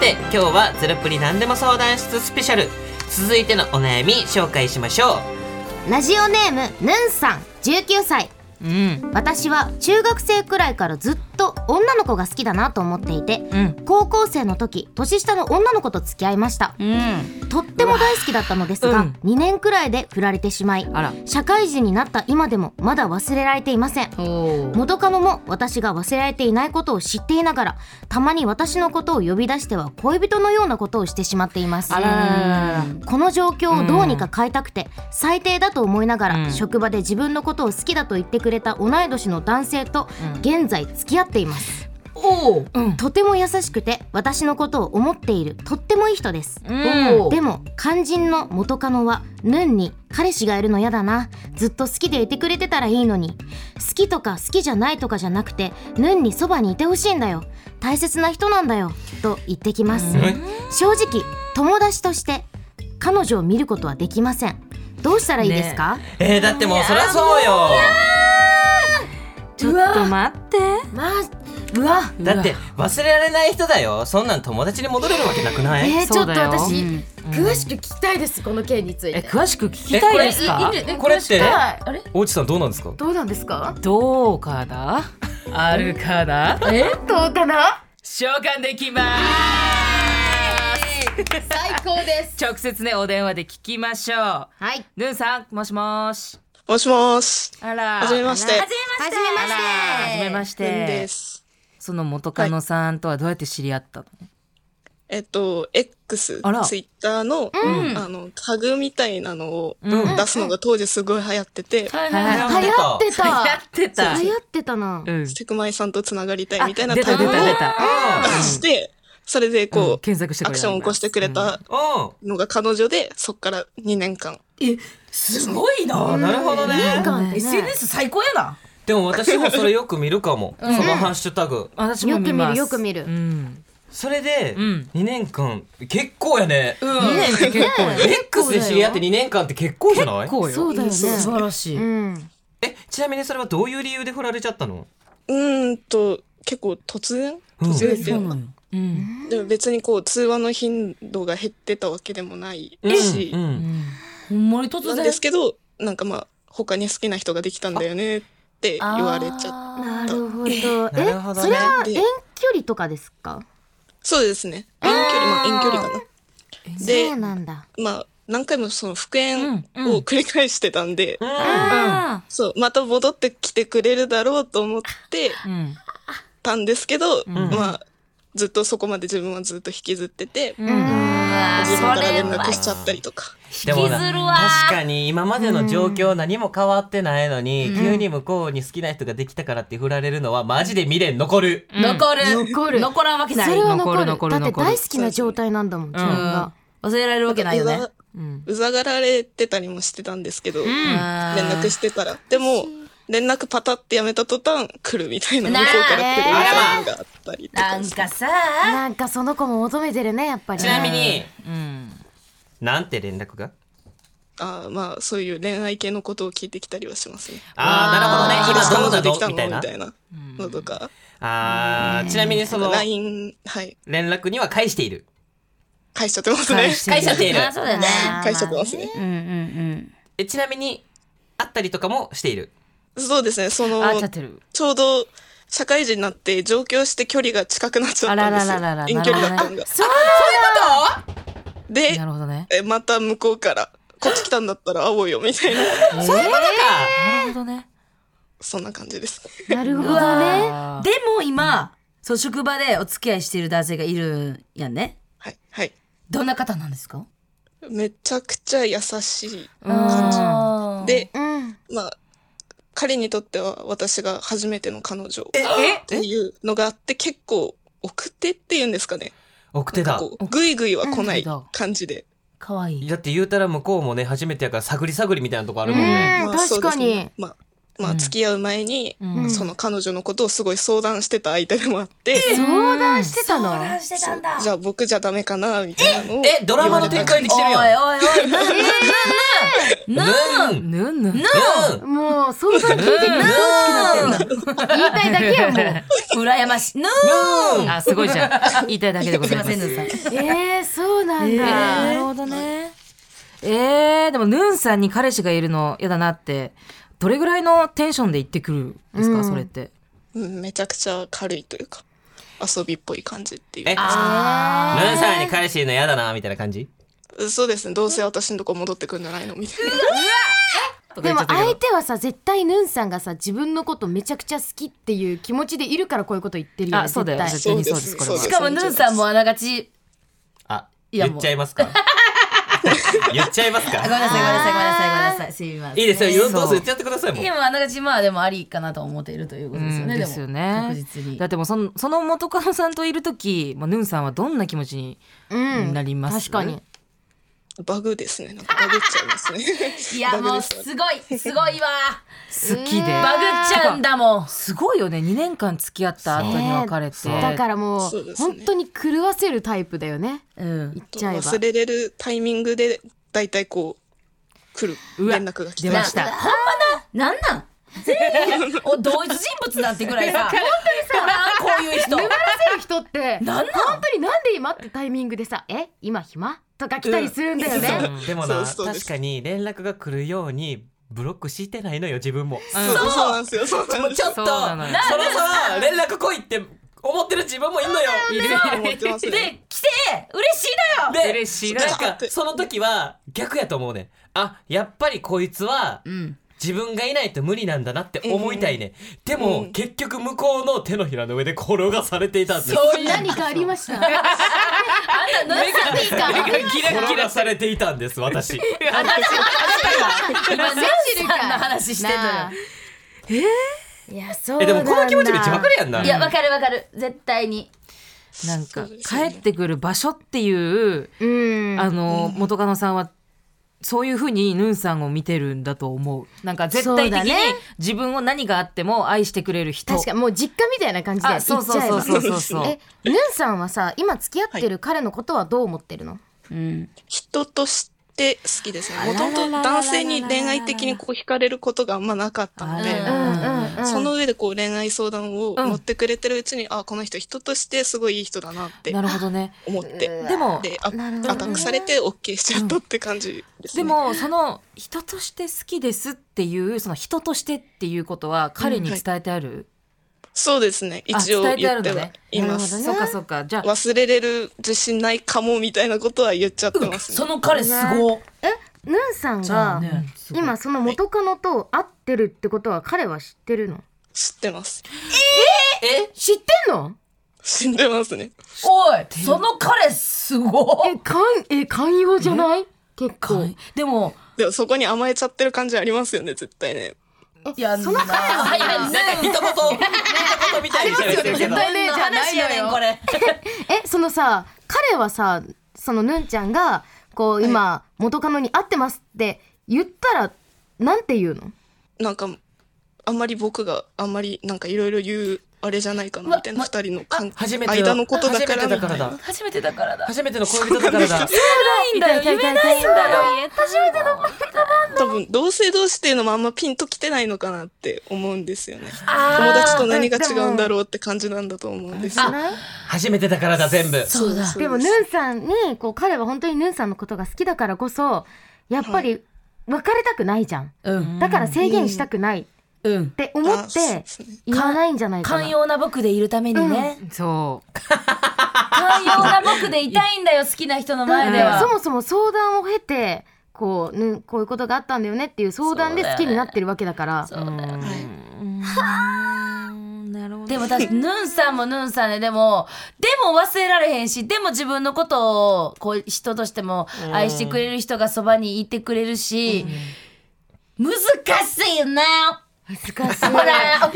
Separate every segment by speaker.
Speaker 1: て今日はゼロプリ何でも相談室スペシャル続いてのお悩み紹介しましょ
Speaker 2: ラジオネームヌンさん19歳
Speaker 1: ううん
Speaker 2: 私は中学生くらいからずっと女の子が好きだなと思っていて、
Speaker 1: うん
Speaker 2: 高校生の時年下の女の子と付き合いました
Speaker 1: うん
Speaker 2: とっても大好きだったのですが、
Speaker 1: うん
Speaker 2: 2年くらいで振られてしまい
Speaker 1: あら
Speaker 2: 社会人になった今でもまだ忘れられていません
Speaker 1: お
Speaker 2: 元カノも私が忘れられていないことを知っていながらたまに私のことを呼び出しては恋人のようなことをしてしまっています
Speaker 1: あらららら
Speaker 2: この状況をどうにか変えたくて最低だと思いながら、
Speaker 1: うん
Speaker 2: 職場で自分のことを好きだと言ってくれた同い年の男性と
Speaker 1: うん
Speaker 2: 現在付き合っています、
Speaker 1: おおうん
Speaker 2: とても優しくて私のことを思っているとってもいい人です、
Speaker 1: うん
Speaker 2: でも肝心の元カノはヌンに彼氏がいるの嫌だなずっと好きでいてくれてたらいいのに好きとか好きじゃないとかじゃなくてヌンにそばにいてほしいんだよ大切な人なんだよと言ってきます、正直友達として彼女を見ることはできませんどうしたらいいですか、
Speaker 1: えー、だってもうそりゃそうよ
Speaker 3: ちょっと待って
Speaker 2: まあうわ
Speaker 1: だって忘れられない人だよそんなん友達に戻れるわけなくない
Speaker 3: えちょっと私
Speaker 2: 詳しく聞きたいですこの件につい
Speaker 3: え詳しく聞きたいですか
Speaker 1: これって
Speaker 2: あれ
Speaker 1: 大内さんどうなんですか
Speaker 2: どうなんですか
Speaker 3: どうかだあるかだ
Speaker 2: えどうかな
Speaker 3: 召喚できます
Speaker 2: 最高です
Speaker 3: 直接ねお電話で聞きましょう
Speaker 2: はい
Speaker 3: ヌンさんもしもし
Speaker 4: もしもーし。
Speaker 3: あら
Speaker 4: はじめまして。
Speaker 3: は
Speaker 2: はじ
Speaker 3: あらはじめまし
Speaker 4: ルン
Speaker 3: て
Speaker 4: です。
Speaker 3: その元カノさんとはどうやって知り合ったの
Speaker 4: えっと、X、
Speaker 3: あら
Speaker 4: Twitter の、あの、タグみたいなのを
Speaker 3: うん
Speaker 4: 出すのが当時すごい流行ってて、
Speaker 1: はい
Speaker 3: はい
Speaker 2: 流行ってた
Speaker 3: やってた
Speaker 2: 流行ってたな
Speaker 3: うん
Speaker 4: セクマイさんとつながりたい
Speaker 3: あ
Speaker 4: みたいな
Speaker 3: 出た
Speaker 4: タグ
Speaker 3: 出
Speaker 4: を
Speaker 3: た出た
Speaker 4: 出して、それで
Speaker 3: うん
Speaker 4: こう、
Speaker 3: 検索してくれ
Speaker 4: アクションを起こしてくれた
Speaker 1: うん
Speaker 4: のが彼女で、そっから2年間。
Speaker 5: すごい
Speaker 1: あ
Speaker 5: な。
Speaker 1: なるほどね
Speaker 2: 年間ってね
Speaker 5: SNS 最高やな。
Speaker 1: でも私もそれよく見るかも、そのハッシュタグ
Speaker 3: 私も見ます
Speaker 2: よく見るよく見
Speaker 3: うん
Speaker 1: それで
Speaker 3: うん
Speaker 1: 2年間結構やね、
Speaker 5: うん。
Speaker 3: 2年って結構よ
Speaker 1: X で知り合って2年間って結構じゃない
Speaker 3: 結構よ
Speaker 2: そうだよね
Speaker 5: 素晴らし
Speaker 2: う
Speaker 5: い。
Speaker 2: ん
Speaker 1: えちなみにそれはどういう理由で振られちゃったの
Speaker 4: うーんと、結構突然
Speaker 1: うん
Speaker 4: 突然っていう
Speaker 5: な
Speaker 4: か
Speaker 5: のよ
Speaker 3: うん
Speaker 4: でも別にこう、通話の頻度が減ってたわけでもないし、
Speaker 1: うんうん
Speaker 5: ほんまに突
Speaker 4: なん
Speaker 5: 然。
Speaker 4: ですけど、なんかまあ、他に好きな人ができたんだよねって言われちゃっ
Speaker 2: なるほどえそ
Speaker 1: なるほどね
Speaker 2: れは
Speaker 4: で
Speaker 2: 遠距離とかですか
Speaker 4: そうですね。遠距離、まあ遠距離かな。で
Speaker 2: そう、なんだ
Speaker 4: まあ、何回もその復
Speaker 3: うん
Speaker 4: 縁を繰り返してたんで、
Speaker 3: あ
Speaker 4: そう、また戻ってきてくれるだろうと思って
Speaker 3: ーうん
Speaker 4: たんですけど、まあ、ずっとそこまで自分はずっと引きずってて、
Speaker 2: うーん
Speaker 4: 自分から連絡しちゃったりとか。
Speaker 1: でもな
Speaker 3: 引きずるわ
Speaker 1: 確かに今までの状況何も変わってないのに、急に向こうに好きな人ができたからって振られるのはマジで未練残る、
Speaker 5: 残る。
Speaker 2: 残る
Speaker 5: 残らんわけない。
Speaker 2: それは
Speaker 3: 残
Speaker 2: 残
Speaker 3: る
Speaker 2: る
Speaker 3: 残る
Speaker 2: だって
Speaker 3: 残る
Speaker 2: 大好きな状態なんだもん自分が、
Speaker 5: 忘れられるわけないよ
Speaker 4: う
Speaker 5: ね。
Speaker 4: ざ
Speaker 3: うん
Speaker 4: うざがられてたりもしてたんですけど、連
Speaker 5: あー
Speaker 4: 絡してたら。でも、連絡パタってやめた途端来るみたいな、向
Speaker 5: な
Speaker 4: こ
Speaker 5: あ
Speaker 4: うから来るみたいなのがあったりと
Speaker 5: な
Speaker 4: か
Speaker 5: ん。かさ、
Speaker 2: なんかその子も求めてるねやっぱり
Speaker 1: ち
Speaker 2: ね
Speaker 1: なみに、
Speaker 3: うん
Speaker 1: なんて連絡が
Speaker 4: あーまあ、そういう恋愛系のことを聞いてきたりはしますね。
Speaker 1: ああなるほどね今どうな
Speaker 4: でき
Speaker 1: の
Speaker 4: た
Speaker 1: み
Speaker 4: の
Speaker 1: たいな
Speaker 4: みたいなのとか。
Speaker 1: あーちなみにその
Speaker 4: LINE、はい。
Speaker 1: 連絡には返している
Speaker 4: 返しちゃってますね。
Speaker 1: 返しちゃっている
Speaker 5: あそうだよね。
Speaker 4: 返しちゃってますね。
Speaker 3: うんうん
Speaker 1: えちなみに会ったりとかもしている
Speaker 4: そうですね。そ
Speaker 3: うん
Speaker 4: の、
Speaker 3: あちゃってる
Speaker 4: ちょうど、社会人になって上京して距離が近くなっちゃったんですよ。
Speaker 3: あららららら
Speaker 4: 遠距離だったのが。で
Speaker 3: な、るほどね
Speaker 4: えまた向こうから、こっち来たんだったら会おうよ、みたいな、
Speaker 1: そういうことか、
Speaker 3: なるほどね
Speaker 4: そんな感じです。
Speaker 2: なるほどね
Speaker 5: でも今、そう職場でお付き合いしている男性がいるやんね。
Speaker 4: はい。はい。
Speaker 5: どんな方なんですか
Speaker 4: めちゃくちゃ優しい。
Speaker 5: あー
Speaker 4: で、
Speaker 2: うん
Speaker 4: まあ、彼にとっては私が初めての彼女っていうのがあって、結構、奥手っていうんですかね。
Speaker 1: 奥手だ
Speaker 4: こう、ぐいぐいは来ない
Speaker 3: 奥手だ
Speaker 4: 感じで。
Speaker 5: かわいい。
Speaker 1: だって言うたら向こうもね初めてやから探り探りみたいなとこあるもんね、
Speaker 2: うん
Speaker 4: まあそ
Speaker 2: 確
Speaker 4: うで
Speaker 2: か
Speaker 4: す
Speaker 2: に
Speaker 4: ねまあ、まあ、付き合う前に、
Speaker 2: うん
Speaker 4: その彼女のことをすごい相談してた相手でもあって、
Speaker 2: 相談してたの
Speaker 3: 相談してたんだ。
Speaker 4: じゃあ僕じゃダメかな、みたいなのを。
Speaker 1: え、ドラマの展開できてるやん。
Speaker 5: おいおいおい、な、な、な、な、
Speaker 1: うん。
Speaker 3: ぬんぬん。
Speaker 1: うん。
Speaker 2: もう相談聞いてくれ
Speaker 5: な、
Speaker 2: 言いたいだけやもん。
Speaker 5: 羨ましい。な、
Speaker 1: うん。
Speaker 3: あ、すごいじゃん。言いたいだけでご
Speaker 5: すい
Speaker 3: ざい
Speaker 5: ま
Speaker 3: ます
Speaker 5: せん、
Speaker 3: す。
Speaker 5: ぬさん。
Speaker 2: えー、そうなんだ。
Speaker 3: なるほどね。えー、でもヌンさんに彼氏がいるの嫌だなってどれぐらいのテンションで言ってくるんですか、
Speaker 2: うん
Speaker 3: それって。
Speaker 4: うんめちゃくちゃ軽いというか、遊びっぽい感じってい
Speaker 1: え
Speaker 4: うか。
Speaker 5: あ
Speaker 1: 何歳に彼氏いるの嫌だな、みたいな感じ
Speaker 4: そうですね、どうせ私のとこ戻ってくんじゃないのみたいな。
Speaker 2: でも相手はさ絶対ヌンさんがさ自分のことめちゃくちゃ好きっていう気持ちでいるからこういうこと言ってるよね
Speaker 3: あそうだよ
Speaker 2: 絶対
Speaker 3: 絶対にそうですこれは
Speaker 5: しかもぬんさんもあながち。
Speaker 1: あ、
Speaker 5: いや
Speaker 1: 言っちゃいますか 言っちゃいます
Speaker 5: ごめん
Speaker 1: か
Speaker 5: なさい、ごめんなさい、ごめんなさい、ごめんなさい。すいません。
Speaker 1: いいですよ。
Speaker 5: そう
Speaker 1: どうぞ言っちゃってくださいもん。
Speaker 5: でもあながち、まあでもありかなと思っているということですよね。
Speaker 3: うん
Speaker 5: で
Speaker 3: で
Speaker 5: も
Speaker 3: すよね
Speaker 5: 確実に
Speaker 3: だっ。てもうそのその元カノさんといる時、まあ、ヌンさんはどんな気持ちに
Speaker 2: うん
Speaker 3: なります、
Speaker 2: 確かに
Speaker 4: バグですね。なんかバグっちゃいますね。
Speaker 5: いや、
Speaker 4: バ
Speaker 5: も
Speaker 4: グ
Speaker 5: う
Speaker 4: です
Speaker 5: すごい、すごいわ。
Speaker 3: 好きで、
Speaker 2: えー
Speaker 5: バグっちゃうんだもん。
Speaker 3: すごいよね2年間付き合った後に別れて、
Speaker 1: そう
Speaker 2: だからもう
Speaker 4: そうですね
Speaker 2: 本当に狂わせるタイプだよね
Speaker 5: うん。
Speaker 2: 言っちゃえば
Speaker 4: 忘れれるタイミングで、だいたいこう、来る。
Speaker 3: うわ
Speaker 4: 連絡が来
Speaker 3: 出
Speaker 4: て。
Speaker 3: ました
Speaker 5: ほんまな、なんなん全員お同一人物なんてぐらいさ、本当にさ、こういう人。
Speaker 2: 粘らせる人って
Speaker 5: なんなん
Speaker 2: 本当になんで今ってタイミングでさ「え今暇?」とか来たりするんだよね、
Speaker 1: そうでもな
Speaker 4: そうそうで
Speaker 1: 確
Speaker 4: す
Speaker 1: かに連絡が来るようにブロックしてないのよ自分も
Speaker 4: そうそうなんですよ。そうなんです
Speaker 1: ちょっと
Speaker 3: そう
Speaker 1: そろ
Speaker 3: なのよ
Speaker 1: そろ連絡来いって思ってる自分もいんのよ
Speaker 4: よ。思ってま す
Speaker 5: で、来て、
Speaker 4: ね。
Speaker 5: 嬉しいのよ
Speaker 1: で
Speaker 3: 嬉しいな
Speaker 1: なんかその時は逆やと思うねんあやっぱりこいつは
Speaker 5: うん。
Speaker 1: 自分がいないと無理なんだなって思いたいね、ん、でも、
Speaker 4: うん
Speaker 1: 結局向こうの手のひらの上で転がされていたんです
Speaker 2: 何かありました
Speaker 5: あんた、ぬさんでいいか。
Speaker 1: 目がギラギラされていたんです私
Speaker 5: 今、ぬ
Speaker 2: 知る
Speaker 5: さ
Speaker 2: か
Speaker 5: んの話して
Speaker 2: なあ
Speaker 5: た
Speaker 2: いやそう
Speaker 1: えでもこの気持ちめっちゃわかる
Speaker 2: や
Speaker 1: やんな
Speaker 5: の。いや、わかるわかる。絶対に。
Speaker 3: なんか
Speaker 4: そうですよね
Speaker 3: 帰ってくる場所っていう、
Speaker 2: うん
Speaker 3: あの元カノさんはそういうふうにヌンさんを見てるんだと思うなんか絶対的
Speaker 2: そうだ
Speaker 3: に
Speaker 2: ね
Speaker 3: 自分を何があっても愛してくれる人
Speaker 2: 確かにもう実家みたいな感じで言
Speaker 3: あ
Speaker 2: っちゃ
Speaker 3: そうそ
Speaker 2: え
Speaker 3: うそう
Speaker 2: ば
Speaker 3: そうそうそう
Speaker 2: えヌンさんはさ今付き合ってる彼のことはどう思ってるの、
Speaker 5: うん。
Speaker 4: 人として好きですね。もともと男性に恋愛的にこう惹かれることがあんまなかったの
Speaker 5: う
Speaker 4: で
Speaker 5: ん、
Speaker 2: うんうん
Speaker 4: その上でこう恋愛相談を持ってくれてるうちに、あ、この人人としてすごいいい人だなって
Speaker 3: なるほどね
Speaker 4: 思って。
Speaker 3: でも
Speaker 4: で、ア
Speaker 2: なるほ
Speaker 4: ッ
Speaker 2: どね
Speaker 4: プアタックされて OK しちゃったって感じですね。
Speaker 3: でもその人として好きですっていうその人としてっていうことは彼に伝えてある、
Speaker 4: そうですね。
Speaker 3: あ
Speaker 4: 一応
Speaker 3: 伝えてあ
Speaker 4: 言
Speaker 3: る
Speaker 4: っ
Speaker 3: んだ
Speaker 4: て
Speaker 3: ね
Speaker 4: はい
Speaker 2: なる
Speaker 4: ま
Speaker 2: ほど
Speaker 4: す。
Speaker 2: ね
Speaker 3: そうかそうかじゃあ
Speaker 4: 忘れれる自信ないかもみたいなことは言っちゃってます
Speaker 5: そ
Speaker 4: ね。
Speaker 5: の彼、すごっ。
Speaker 2: えヌンさん
Speaker 5: じゃ
Speaker 2: が
Speaker 5: あねすごい
Speaker 2: 今その元カノと会ってるってことは彼は知ってるの
Speaker 4: 知ってます。
Speaker 2: 知ってんの
Speaker 4: 死んでますね。
Speaker 5: おい、その彼、すごっ
Speaker 2: え。かんえ寛容じゃない結構
Speaker 5: でも、
Speaker 4: でもそこに甘えちゃってる感じありますよね、絶対ね。
Speaker 5: いや、その彼
Speaker 1: はいはいなんか一言一 言みたいに喋ってるけど
Speaker 2: ありますよね絶対ねじゃないのよ
Speaker 5: これ。
Speaker 2: えそのさ彼はさそのヌンちゃんがこう今元カノに会ってますって言ったらなんて言うの
Speaker 4: なんか、あんまり僕があんまりなんかいろいろ言うあれじゃないかなみたいな二人の関
Speaker 1: 初めて
Speaker 4: 間のことだから
Speaker 1: 初めてだ
Speaker 4: み
Speaker 1: か
Speaker 4: た
Speaker 1: ら
Speaker 4: いな。
Speaker 1: だ
Speaker 5: 初めてだからだ。
Speaker 1: 初めての恋人だからだ
Speaker 5: 言えないんだよ、言えないんだよ。
Speaker 4: 多分同性同士っていうのもあんまピンときてないのかなって思うんですよね。
Speaker 5: あ
Speaker 4: 友達と何が違うんだろうって感じなんだと思うんですよ。
Speaker 1: 初めてだからだ全部
Speaker 5: そうだ。
Speaker 2: でもヌンさんにこう彼は本当にヌンさんのことが好きだからこそやっぱり別れたくないじゃん、
Speaker 5: うん。
Speaker 2: だから制限したくないっ
Speaker 5: うん。
Speaker 2: て思
Speaker 4: あ
Speaker 2: っ
Speaker 4: そう
Speaker 2: て
Speaker 4: ですね
Speaker 2: 言わないんじゃないかな
Speaker 5: 寛容な僕でいるためにね。
Speaker 3: そう
Speaker 5: 寛容な僕でいたいんだよ、好きな人の前で
Speaker 2: うんそ
Speaker 5: は。
Speaker 2: もそも相談を経てこう,、ね、こういうことがあったんだよねっていう相談で好きになってるわけだから
Speaker 5: そうだよね。
Speaker 4: はい
Speaker 3: なるほ
Speaker 5: でも私、ヌンさんもヌンさんで、でも、でも忘れられへんし、でも自分のことを、こう、人としても愛してくれる人がそばにいてくれるし、難しいよな。
Speaker 2: 難し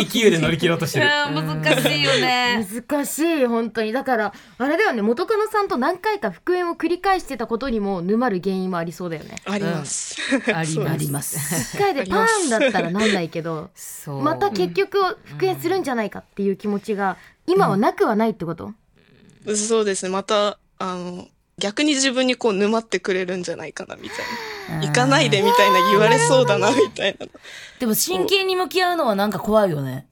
Speaker 2: い
Speaker 1: 勢いで乗り切ろうとしてる。
Speaker 5: 難しいよね。
Speaker 2: 難しい本当にだからあれだよね元カノさんと何回か復縁を繰り返してたことにも沼る原因はありそうだよ ね
Speaker 4: あります。
Speaker 3: あり
Speaker 4: そう
Speaker 3: ま
Speaker 5: あ
Speaker 4: です
Speaker 5: り
Speaker 3: す。
Speaker 5: ます。
Speaker 2: 一回でパーンだったらなんないけど
Speaker 3: そう。
Speaker 2: また結局復縁するんじゃないかっていう気持ちが今はなくはないってこと、
Speaker 4: そうですね。また、あの、逆に自分にこう沼ってくれるんじゃないかな、みたいな。行かないで、みたいな言われそうだな、みたいな。
Speaker 5: でも真剣に向き合うのはなんか怖いよね。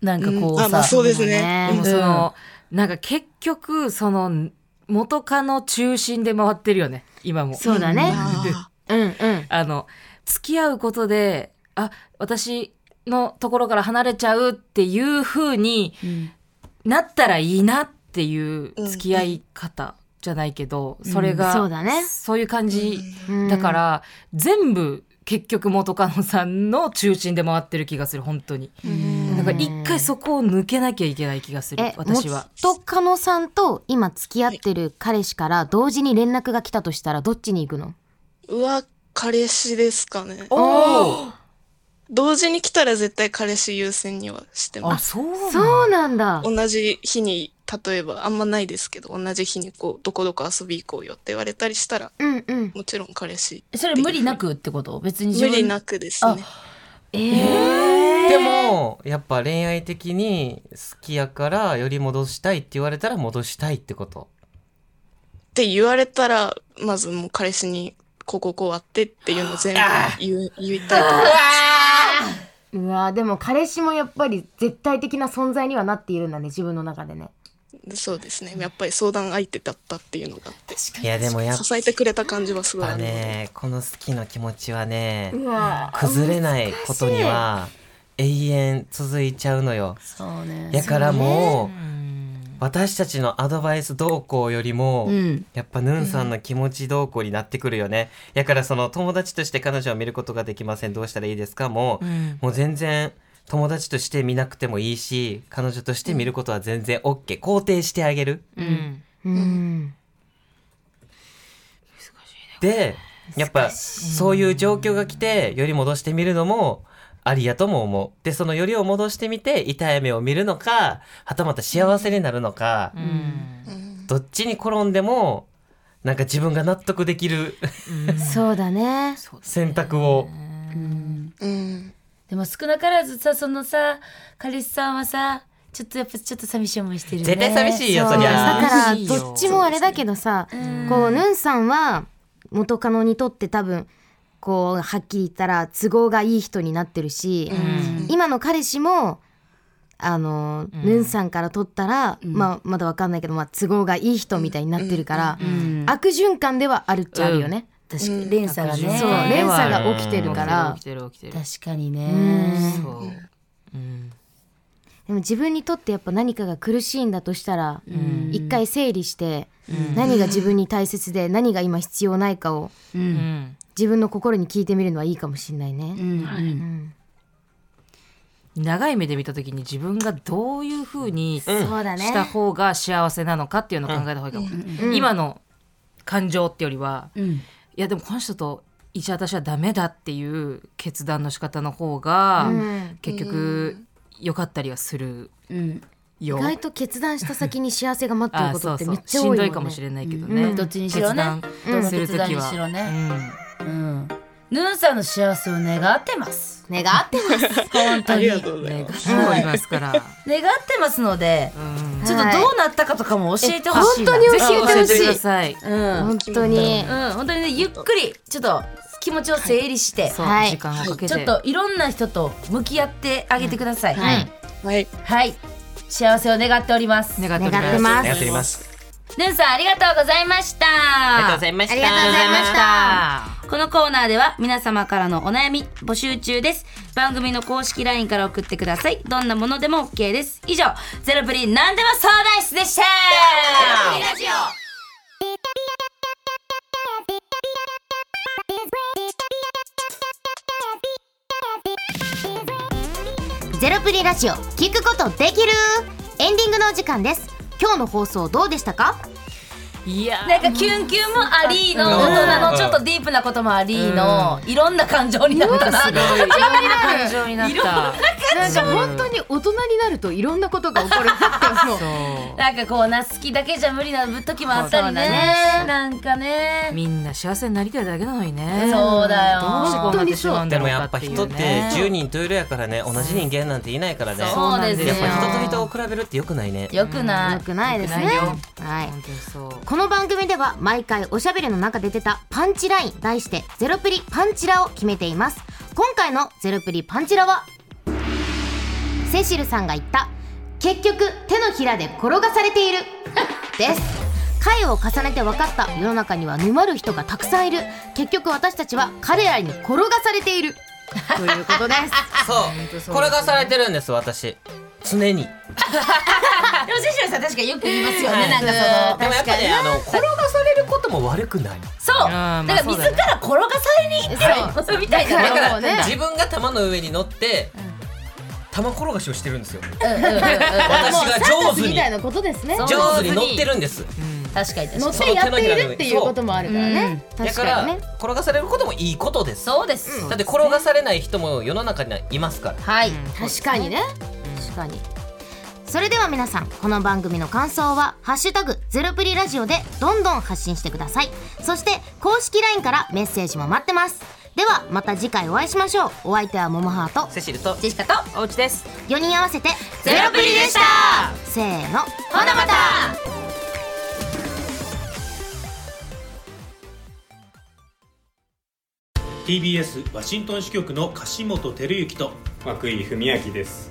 Speaker 5: なんかこう
Speaker 4: うんあま
Speaker 5: さ
Speaker 4: あ。そうですね。
Speaker 3: でもその、なんか結局、その、元カノ中心で回ってるよね、今も。
Speaker 2: そうだね
Speaker 4: あ
Speaker 2: うんうん
Speaker 3: あの、付き合うことで、あ、私のところから離れちゃうっていう風になったらいいなっていう付き合い方じゃないけど、それが、
Speaker 2: うんそうだね
Speaker 3: そういう感じ
Speaker 2: うん
Speaker 3: だから、全部結局元カノさんの中心で回ってる気がする本当に
Speaker 4: ー
Speaker 3: なんか一回そこを抜けなきゃいけない気がする
Speaker 2: え
Speaker 3: 私は
Speaker 2: 元カノさんと今付き合ってる彼氏から同時に連絡が来たとしたらどっちに行くの
Speaker 4: うわ、彼氏ですかね。
Speaker 3: お
Speaker 4: 同時に来たら絶対彼氏優先にはして
Speaker 3: あ
Speaker 4: ます。
Speaker 3: そうなんだ
Speaker 2: そうなんだ
Speaker 4: 同じ日に、例えば、あんまないですけど、同じ日にこう、どこどこ遊び行こうよって言われたりしたら、
Speaker 2: うんうん
Speaker 4: もちろん彼氏。
Speaker 5: それ無理なくってこと別に自
Speaker 4: 無
Speaker 5: 分
Speaker 4: 理なくですね。
Speaker 1: でもやっぱ恋愛的に好きやからより戻したいって言われたら戻したいってこと。
Speaker 4: って言われたら、まずもう彼氏に、こここうあってっていうのを全部言う、言いたいと思います。
Speaker 2: うわーでも彼氏もやっぱり絶対的な存在にはなっているんだね自分の中でね
Speaker 4: そうですね。やっぱり相談相手だったっていうのがあって、
Speaker 1: いやでもやっ
Speaker 4: 支えてくれた感じはすごいあ
Speaker 1: ぱ
Speaker 4: るので。
Speaker 1: ねこの好きの気持ちはね
Speaker 2: うわ
Speaker 1: 崩れないことには永遠続いちゃうのよ。
Speaker 5: そうね。
Speaker 1: やからもう私たちのアドバイスどうこうよりも、
Speaker 5: うん。
Speaker 1: やっぱヌンさんの気持ちどうこうになってくるよね。やからその友達として彼女を見ることができません。どうしたらいいですかもう、もう全然友達として見なくてもいいし、彼女として見ることは全然 OK。肯定してあげる。
Speaker 3: うん
Speaker 2: うん
Speaker 1: で、やっぱそういう状況が来て、より戻してみるのも、ありやとも思う。で、そのよりを戻してみて、痛い目を見るのか、はたまた幸せになるのか、
Speaker 3: うん
Speaker 4: うん
Speaker 1: どっちに転んでも、なんか自分が納得できる
Speaker 2: そうだね
Speaker 3: そうです
Speaker 1: 選択を。
Speaker 4: うん。
Speaker 5: でも少なからずさ、そのさ、彼氏さんはさ、ちょっとやっぱちょっと寂しい思いしてるね。
Speaker 1: 絶対寂しいよ、
Speaker 2: そ
Speaker 1: そうり
Speaker 2: だ
Speaker 1: ゃ。
Speaker 2: から
Speaker 3: いいよ
Speaker 2: どっちもあれだけどさ、こうヌンさんは元カノにとって多分こうはっきり言ったら都合がいい人になってるし、今の彼氏もあの、ヌンさんから取ったら、まあ、まだわかんないけど、まあ、都合がいい人みたいになってるから、悪循環ではあるっちゃあるよね。
Speaker 5: 確かに。連鎖がね。
Speaker 2: そう
Speaker 3: うん
Speaker 2: 連鎖が起きてるから
Speaker 3: 起きてる起きてる起き
Speaker 5: 確かに
Speaker 2: うん
Speaker 5: ね。
Speaker 3: てるそううん
Speaker 2: でも自分にとってやっぱ何かが苦しいんだとしたら、一回整理して、何が自分に大切で何が今必要ないかを
Speaker 3: うん
Speaker 2: 自分の心に聞いてみるのはいいかもしれないね。
Speaker 5: うんうん
Speaker 3: 長い目で見た時に自分がどういう風に
Speaker 2: そうだね
Speaker 3: した方が幸せなのかっていうのを考えた方がいいかも、
Speaker 2: うん
Speaker 3: 今の感情ってよりは、い
Speaker 5: ん
Speaker 3: やでもこの人と一応私はダメだっていう決断の仕方の方が、
Speaker 2: ん
Speaker 3: 結局良かったりはする
Speaker 5: うん。
Speaker 3: よ。
Speaker 2: 意外と決断した先に幸せが待って
Speaker 3: あ
Speaker 2: ること
Speaker 3: そ
Speaker 2: っ
Speaker 3: う
Speaker 2: て
Speaker 3: そ
Speaker 2: めっ
Speaker 3: う
Speaker 2: ちゃ
Speaker 3: し
Speaker 2: 多いも
Speaker 3: ん
Speaker 2: ん
Speaker 3: ど
Speaker 2: ね。
Speaker 3: いかもしれないけど
Speaker 2: う
Speaker 3: ね。
Speaker 2: ん
Speaker 5: どっちにしろね
Speaker 3: 決断すると
Speaker 5: どの
Speaker 3: き
Speaker 5: 決断に
Speaker 3: は。
Speaker 5: しろね
Speaker 3: うん
Speaker 5: うん。ヌンさんの幸せを願ってます。
Speaker 2: 願ってます。
Speaker 5: 本当
Speaker 4: あ
Speaker 5: に。
Speaker 4: り
Speaker 5: 願
Speaker 4: が
Speaker 5: って
Speaker 4: とうございます。
Speaker 3: 思いますから。
Speaker 5: ますので、
Speaker 3: うん
Speaker 5: ちょっとどうなったかとかも教えてほしいな。
Speaker 2: え本当に教えてほしい
Speaker 3: ぜひください。
Speaker 5: うん。
Speaker 2: 本当に。
Speaker 5: うん、本当にね、ゆっくり、ちょっと気持ちを整理して、
Speaker 3: そう、
Speaker 2: はい
Speaker 3: 時間をかけて。
Speaker 5: ちょっといろんな人と向き合ってあげてください。
Speaker 2: はい。
Speaker 4: はい。
Speaker 5: はい幸せを願っております。
Speaker 3: 願っており
Speaker 2: 願ってます
Speaker 1: やってみます。
Speaker 5: ルンさん、ありがとうございました。ありがとうございま
Speaker 2: したありがとうございました
Speaker 5: このコーナーでは皆様からのお悩み募集中です。番組の公式 LINE から送ってください。どんなものでも OK です。以上、ゼロプリなんでも相談室でした。
Speaker 2: ゼロプリラジオ聞くことできるエンディングのお時間です今日の放送どうでしたか
Speaker 3: いや
Speaker 5: なんかキュンキュンもありの
Speaker 1: うん
Speaker 5: 大人のちょっとディープなこともありのいろんな感情になったな。
Speaker 3: いろんな感情になった
Speaker 6: なんか本当に大人になるといろんなことが起こるなって思う
Speaker 3: そう
Speaker 5: なんかこうな好きだけじゃ無理な時もあったりね
Speaker 3: そうだね
Speaker 5: なんかね
Speaker 3: みんな幸せになりたいだけなのにね
Speaker 5: そうだよ
Speaker 3: どうしてこうなってしまうん
Speaker 1: で
Speaker 3: だろ
Speaker 1: も
Speaker 3: う
Speaker 1: や
Speaker 3: か
Speaker 1: っぱ
Speaker 3: っていう
Speaker 1: 人って10
Speaker 3: ね
Speaker 1: 人十色やからね同じ人間なんていないからね
Speaker 5: そうです
Speaker 1: や
Speaker 5: よ
Speaker 1: っぱ人と人を比べるってよくないね
Speaker 5: よくない
Speaker 2: よくないですね
Speaker 3: よく
Speaker 2: は
Speaker 3: ないよ
Speaker 2: い
Speaker 3: 本当にそう
Speaker 2: この番組では毎回おしゃべりの中で出たパンチライン題してゼロプリパンチラを決めています今回のゼロプリパンチラはセシルさんが言った結局手のひらで転がされている です回を重ねて分かった世の中には沼る人がたくさんいる結局私たちは彼らに転がされている ということです
Speaker 1: そうこれがされてるんです私常に
Speaker 5: でもセシルさん確かよく言いますよねなんか
Speaker 1: でもやっぱりあの転がされることも悪くない
Speaker 5: そのそうだ
Speaker 3: ん
Speaker 5: から自ら転がされに行ってることみたい
Speaker 1: だ
Speaker 5: な
Speaker 1: か
Speaker 6: も
Speaker 1: ら
Speaker 6: うね
Speaker 1: 自分が玉の上に乗って玉転がしをしてるんですよ
Speaker 5: うんうんうん
Speaker 1: 私が上手
Speaker 6: み
Speaker 1: に
Speaker 6: たいなことですね
Speaker 5: そう
Speaker 1: 上手に乗ってるんです
Speaker 5: 確かに確か
Speaker 6: 乗
Speaker 5: に
Speaker 6: ってやっているっていうこともあるからね
Speaker 1: だ
Speaker 2: 確
Speaker 1: か
Speaker 2: からにね
Speaker 1: 転がされることもいいことです
Speaker 5: そうです
Speaker 1: だって転がされない人も世の中にはいますから
Speaker 5: はい
Speaker 2: 確かにね確かにそれでは皆さんこの番組の感想は「ハッシュタグゼロプリラジオ」でどんどん発信してくださいそして公式 LINE からメッセージも待ってますではまた次回お会いしましょうお相手はももハート
Speaker 1: セシルと
Speaker 5: ジェシカと
Speaker 3: おうちです
Speaker 2: 4人合わせて
Speaker 5: ゼロプリでした
Speaker 2: せーの
Speaker 5: ほなまた
Speaker 7: ー TBS ワシントン支局の樫本照之と
Speaker 8: 涌井文明です